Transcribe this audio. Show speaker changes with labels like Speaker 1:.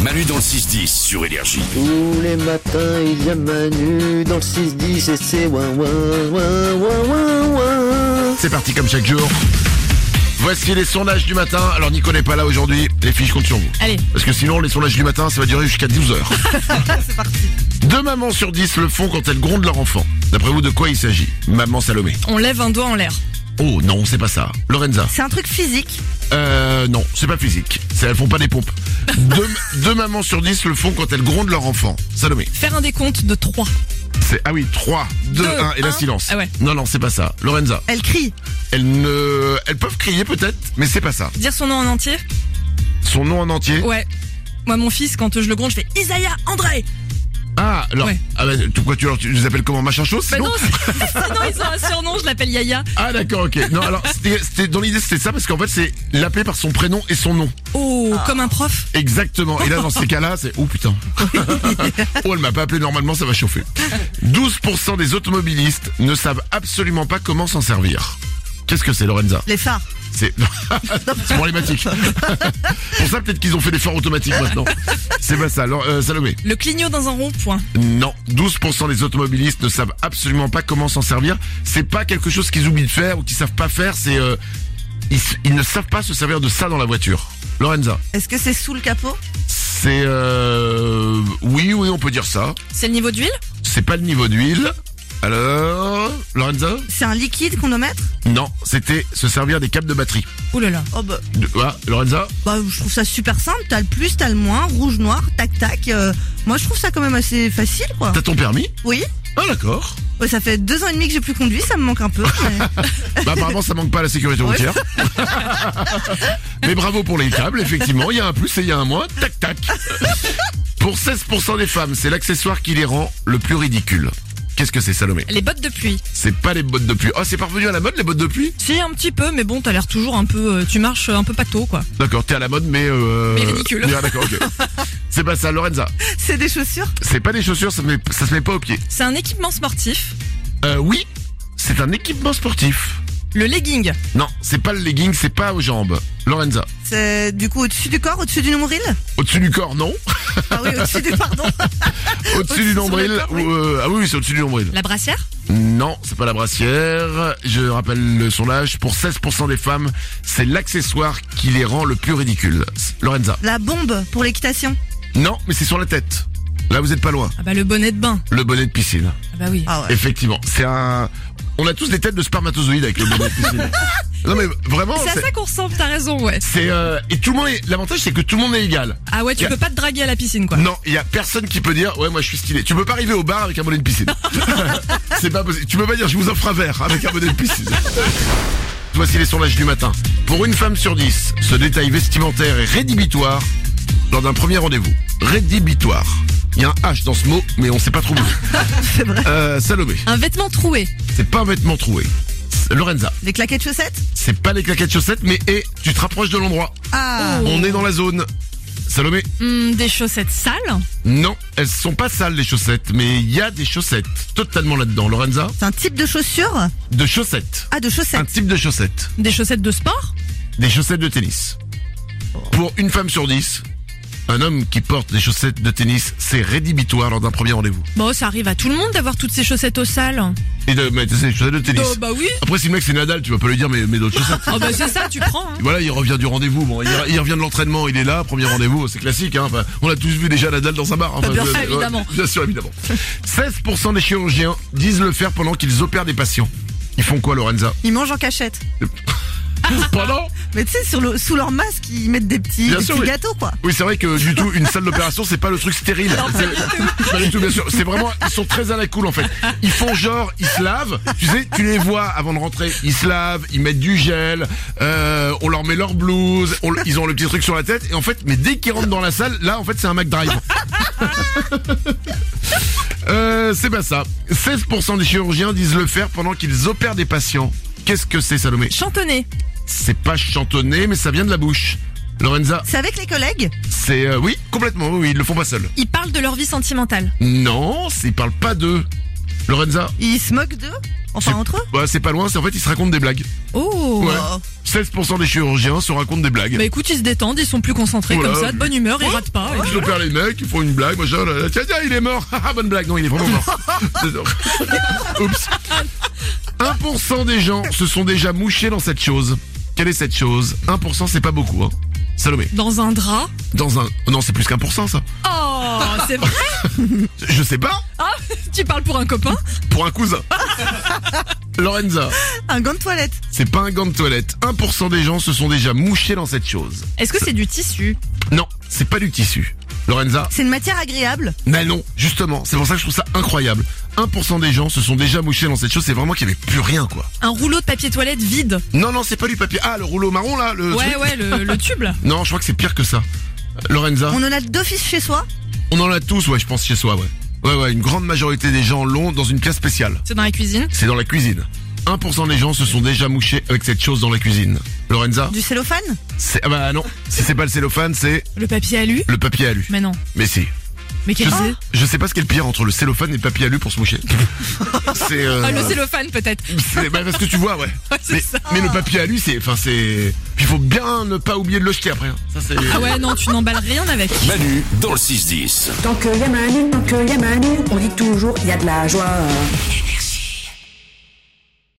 Speaker 1: Manu dans le 6-10 sur Énergie.
Speaker 2: Tous les matins, il y a Manu dans le 6-10 et c'est ouin ouin ouin ouin ouin ouin.
Speaker 3: C'est parti comme chaque jour. Voici les sondages du matin. Alors Nico n'est pas là aujourd'hui. Les filles, je compte sur vous.
Speaker 4: Allez.
Speaker 3: Parce que sinon, les sondages du matin, ça va durer jusqu'à 12h.
Speaker 4: C'est parti.
Speaker 3: Deux mamans sur 10 le font quand elles grondent leur enfant. D'après vous, de quoi il s'agit Maman Salomé.
Speaker 4: On lève un doigt en l'air.
Speaker 3: Oh non, c'est pas ça. Lorenza.
Speaker 4: C'est un truc physique.
Speaker 3: Euh, non, c'est pas physique. C'est- Elles font pas des pompes. Deux, deux mamans sur 10 le font quand elles grondent leur enfant. Salomé.
Speaker 4: Faire un décompte de 3.
Speaker 3: C'est, ah oui, 3, 2,
Speaker 4: Deux,
Speaker 3: 1 et
Speaker 4: un.
Speaker 3: la silence.
Speaker 4: Ah ouais.
Speaker 3: Non, non, c'est pas ça. Lorenza.
Speaker 4: Elle crie.
Speaker 3: Elles ne, elles peuvent crier peut-être, mais c'est pas ça.
Speaker 4: Dire son nom en entier
Speaker 3: Son nom en entier.
Speaker 4: Ouais. Moi, mon fils, quand je le gronde, je fais Isaiah André
Speaker 3: Ah, alors,
Speaker 4: Ouais.
Speaker 3: ah bah, tu- pourquoi tu, leur- tu les appelles comment machin chose
Speaker 4: Bah
Speaker 3: sinon
Speaker 4: non, c'est- sinon ils ont un surnom, je l'appelle Yaya.
Speaker 3: Ah d'accord, ok. Non, alors c'était, c'était- dans l'idée c'était ça parce qu'en fait c'est l'appeler par son prénom et son nom.
Speaker 4: Oh,
Speaker 5: Ah.
Speaker 4: comme un prof.
Speaker 3: Exactement. Et là dans ces cas-là c'est oh putain. oh elle m'a pas appelé normalement ça va chauffer. 12% des automobilistes ne savent absolument pas comment s'en servir. Qu'est-ce que c'est Lorenza
Speaker 5: Les phares.
Speaker 3: C'est c'est problématique. Pour ça peut-être qu'ils ont fait des phares automatiques maintenant. C'est pas ça. Alors euh, Salomé.
Speaker 4: Le clignot dans un rond-point.
Speaker 3: Non, 12% des automobilistes ne savent absolument pas comment s'en servir. C'est pas quelque chose qu'ils oublient de faire ou qu'ils savent pas faire. C'est euh, ils, s- ils ne savent pas se servir de ça dans la voiture. Lorenza,
Speaker 5: Est-ce que c'est sous le capot
Speaker 3: c'est euh, oui, oui, on peut dire ça.
Speaker 4: C'est le niveau d'huile
Speaker 3: C'est pas le niveau d'huile. Alors, Lorenza
Speaker 5: C'est un liquide qu'on doit mettre
Speaker 3: Non, c'était se servir des câbles de batterie.
Speaker 4: Ouh là là.
Speaker 5: Oh bah,
Speaker 3: De, ah, Lorenza
Speaker 5: bah, je trouve ça super simple. T'as le plus, t'as le moins, rouge, noir, tac, tac. euh, moi, je trouve ça quand même assez facile, quoi.
Speaker 3: T'as ton permis
Speaker 5: Oui.
Speaker 3: Ah d'accord.
Speaker 5: Ouais, ça fait deux ans et demi que j'ai plus conduit, ça me manque un peu. mais-
Speaker 3: Bah, apparemment, ça manque pas à la sécurité routière. Mais bravo pour les câbles, effectivement. Il y a un plus et il y a un moins. Tac, tac. Pour 16% des femmes, c'est l'accessoire qui les rend le plus ridicule. Qu'est-ce que c'est, Salomé
Speaker 4: Les bottes de pluie.
Speaker 3: C'est pas les bottes de pluie. Oh, c'est parvenu à la mode, les bottes de pluie
Speaker 4: Si, un petit peu, mais bon, t'as l'air toujours un peu. euh, Tu marches un peu pâteau, quoi.
Speaker 3: D'accord, t'es à la mode, mais... Euh...
Speaker 4: Mais ridicule.
Speaker 3: mais, ah, d'accord, ok. C'est pas ça, Lorenza.
Speaker 5: c'est des chaussures
Speaker 3: C'est pas des chaussures, ça, se met- ça se met pas aux pieds.
Speaker 4: C'est un équipement sportif.
Speaker 3: Euh, oui, c'est un équipement sportif.
Speaker 4: Le legging.
Speaker 3: Non, c'est pas le legging, c'est pas aux jambes. Lorenza.
Speaker 5: C'est du coup au-dessus du corps, au-dessus du nombril
Speaker 3: Au-dessus du corps, non.
Speaker 5: Ah oui, au-dessus du pardon.
Speaker 3: Au-dessus du
Speaker 5: sur le
Speaker 3: nombril.
Speaker 5: corps,
Speaker 3: ou,
Speaker 5: oui.
Speaker 3: euh, Ah oui, c'est au-dessus du nombril.
Speaker 4: La brassière
Speaker 3: Non, c'est pas la brassière. Je rappelle le sondage. Pour 16% des femmes, c'est l'accessoire qui les rend le plus ridicule. Lorenza.
Speaker 5: La bombe pour l'équitation.
Speaker 3: Non, mais c'est sur la tête. Là, vous êtes pas loin.
Speaker 4: Ah bah le bonnet de bain.
Speaker 3: Le bonnet de piscine.
Speaker 4: Ah bah oui.
Speaker 5: Ah ouais.
Speaker 3: Effectivement. C'est un... On a tous des têtes de spermatozoïdes avec le bonnet de piscine. non, mais vraiment,
Speaker 4: C'est à
Speaker 3: c'est...
Speaker 4: ça qu'on ressemble, t'as raison, ouais.
Speaker 3: c'est, euh, Et tout le monde est... L'avantage, c'est que tout le monde est égal.
Speaker 4: Ah ouais, tu
Speaker 3: Yeah.
Speaker 4: peux pas te draguer à la piscine, quoi.
Speaker 3: Non, il y a personne qui peut dire ouais moi je suis stylé. Tu peux pas arriver au bar avec un bonnet de piscine. C'est pas possible. Tu peux pas dire je vous offre un verre avec un bonnet de piscine. Voici les sondages du matin. Pour une femme sur dix, ce détail vestimentaire est rédhibitoire lors d'un premier rendez-vous. Rédhibitoire. Il y a un H dans ce mot, mais on sait pas trop où. Euh, Salomé,
Speaker 4: Un vêtement troué.
Speaker 3: c'est pas un vêtement troué. C'est- Lorenza,
Speaker 5: Des claquettes chaussettes
Speaker 3: c'est pas les claquettes chaussettes, mais et tu te rapproches de l'endroit.
Speaker 5: Ah
Speaker 3: On est dans la zone. Salomé,
Speaker 4: Hum, des chaussettes sales.
Speaker 3: Non, elles sont pas sales les chaussettes, mais il y a des chaussettes totalement là-dedans. Lorenza,
Speaker 5: C'est un type de chaussure
Speaker 3: de chaussettes.
Speaker 5: Ah de
Speaker 3: Un
Speaker 5: chaussettes.
Speaker 3: type de chaussettes.
Speaker 4: Des chaussettes de sport.
Speaker 3: Des chaussettes de tennis. Pour une femme sur dix, un homme qui porte des chaussettes de tennis, c'est rédhibitoire lors d'un premier rendez-vous.
Speaker 4: Bon, ça arrive à tout le monde d'avoir toutes ces chaussettes au sale.
Speaker 3: Et de mettre des chaussettes de
Speaker 4: Oh
Speaker 3: tennis.
Speaker 4: bah oui.
Speaker 3: Après, si le mec c'est Nadal, tu vas pas lui dire mais, mais d'autres chaussettes.
Speaker 4: Oh bah c'est ça, tu prends. hein.
Speaker 3: Voilà, il revient du rendez-vous. Bon, il, il revient de l'entraînement, il est là, premier rendez-vous, c'est classique. Hein. Enfin, on a tous vu déjà Nadal dans un bar. Enfin,
Speaker 4: Bien
Speaker 3: je-
Speaker 4: sûr,
Speaker 3: ouais,
Speaker 4: évidemment.
Speaker 3: bien sûr, évidemment. 16% des chirurgiens disent le faire pendant qu'ils opèrent des patients. Ils font quoi, Lorenza
Speaker 5: Ils mangent en cachette.
Speaker 3: Pendant
Speaker 5: Mais tu sais, sur le, sous leur masque, ils mettent des petits,
Speaker 3: Bien
Speaker 5: des
Speaker 3: sûr,
Speaker 5: petits
Speaker 3: oui.
Speaker 5: gâteaux, quoi.
Speaker 3: Oui, c'est vrai que du tout, une salle d'opération, c'est pas le truc stérile. C'est- Pas du tout, bien sûr. C'est vraiment, ils sont très à la cool en fait. Ils font genre, ils se lavent. Tu sais, tu les vois avant de rentrer, ils se lavent, ils mettent du gel, euh, on leur met leur blouse, on- ils ont le petit truc sur la tête. Et en fait, mais dès qu'ils rentrent dans la salle, là, en fait, c'est un McDrive. Euh, c'est pas ça. 16% des chirurgiens disent le faire pendant qu'ils opèrent des patients. Qu'est-ce que c'est, Salomé
Speaker 4: Chantonner.
Speaker 3: C'est pas chantonné, mais ça vient de la bouche. Lorenza,
Speaker 5: C'est avec les collègues
Speaker 3: c'est euh, oui, complètement, oui, oui, ils le font pas seuls.
Speaker 4: Ils parlent de leur vie sentimentale.
Speaker 3: Non, c'est- ils parlent pas d'eux. Lorenza
Speaker 5: Ils se moquent d'eux Enfin,
Speaker 3: C'est-
Speaker 5: entre eux
Speaker 3: bah, C'est pas loin, c'est en fait, ils se racontent des blagues.
Speaker 4: Oh
Speaker 3: Ouais. 16% des chirurgiens se racontent des blagues.
Speaker 4: Bah écoute, ils se détendent, ils sont plus concentrés
Speaker 3: Voilà. Oh.
Speaker 4: comme ça, de bonne humeur, ils ratent pas.
Speaker 3: Ils opèrent les mecs, ils font une blague, machin, là, là, tiens, tiens, il est mort, Haha, bonne blague, non, il est vraiment mort. Oups. 1% des gens se sont déjà mouchés dans cette chose. Quelle est cette chose 1% c'est pas beaucoup, hein. Salomé,
Speaker 4: Dans un drap.
Speaker 3: dans un... Non, c'est plus qu'un pour cent, ça.
Speaker 4: Oh, c'est vrai
Speaker 3: Je sais pas,
Speaker 4: Ah, tu parles pour un copain
Speaker 3: pour un cousin. Lorenza,
Speaker 5: Un gant de toilette.
Speaker 3: c'est pas un gant de toilette. 1% des gens se sont déjà mouchés dans cette chose.
Speaker 4: Est-ce que c'est du tissu
Speaker 3: Non, c'est pas du tissu. Lorenza,
Speaker 5: C'est une matière agréable.
Speaker 3: Mais non, justement, c'est pour ça que je trouve ça incroyable. 1% des gens se sont déjà mouchés dans cette chose, c'est vraiment qu'il n'y avait plus rien, quoi.
Speaker 4: Un rouleau de papier toilette vide
Speaker 3: Non, non, c'est pas du papier. Ah, le rouleau marron, là, le
Speaker 4: Ouais,
Speaker 3: truc.
Speaker 4: ouais, le, le tube là.
Speaker 3: Non, je crois que c'est pire que ça. Euh, Lorenza,
Speaker 5: On en a d'office chez soi.
Speaker 3: on en a tous, ouais, je pense, chez soi, ouais. Ouais, ouais, une grande majorité des gens l'ont dans une pièce spéciale.
Speaker 4: C'est dans la cuisine.
Speaker 3: C'est dans la cuisine. 1% des gens se sont déjà mouchés avec cette chose dans la cuisine. Lorenza,
Speaker 5: Du cellophane.
Speaker 3: c'est, ah bah non, si c'est pas le cellophane, c'est
Speaker 4: Le papier alu
Speaker 3: le papier alu.
Speaker 4: Mais non.
Speaker 3: Mais si.
Speaker 4: Mais
Speaker 3: Je
Speaker 4: qu'est-ce que
Speaker 3: sais,
Speaker 4: c'est
Speaker 3: je sais pas ce qu'est le pire entre le cellophane et le papier alu pour se moucher. c'est, euh,
Speaker 4: Ah, le cellophane peut-être.
Speaker 3: C'est bah, parce que tu vois, ouais.
Speaker 4: Ouais, c'est
Speaker 3: mais,
Speaker 4: ça.
Speaker 3: mais le papier à lui, c'est, enfin, c'est. Il faut bien ne pas oublier de le jeter après. hein. Ça c'est.
Speaker 4: Ah ouais, non, tu n'emballes rien avec.
Speaker 1: Manu dans le 6-10.
Speaker 6: Tant qu'il y a Manu, tant qu'il y a Manu, on dit toujours il y a de la joie. euh.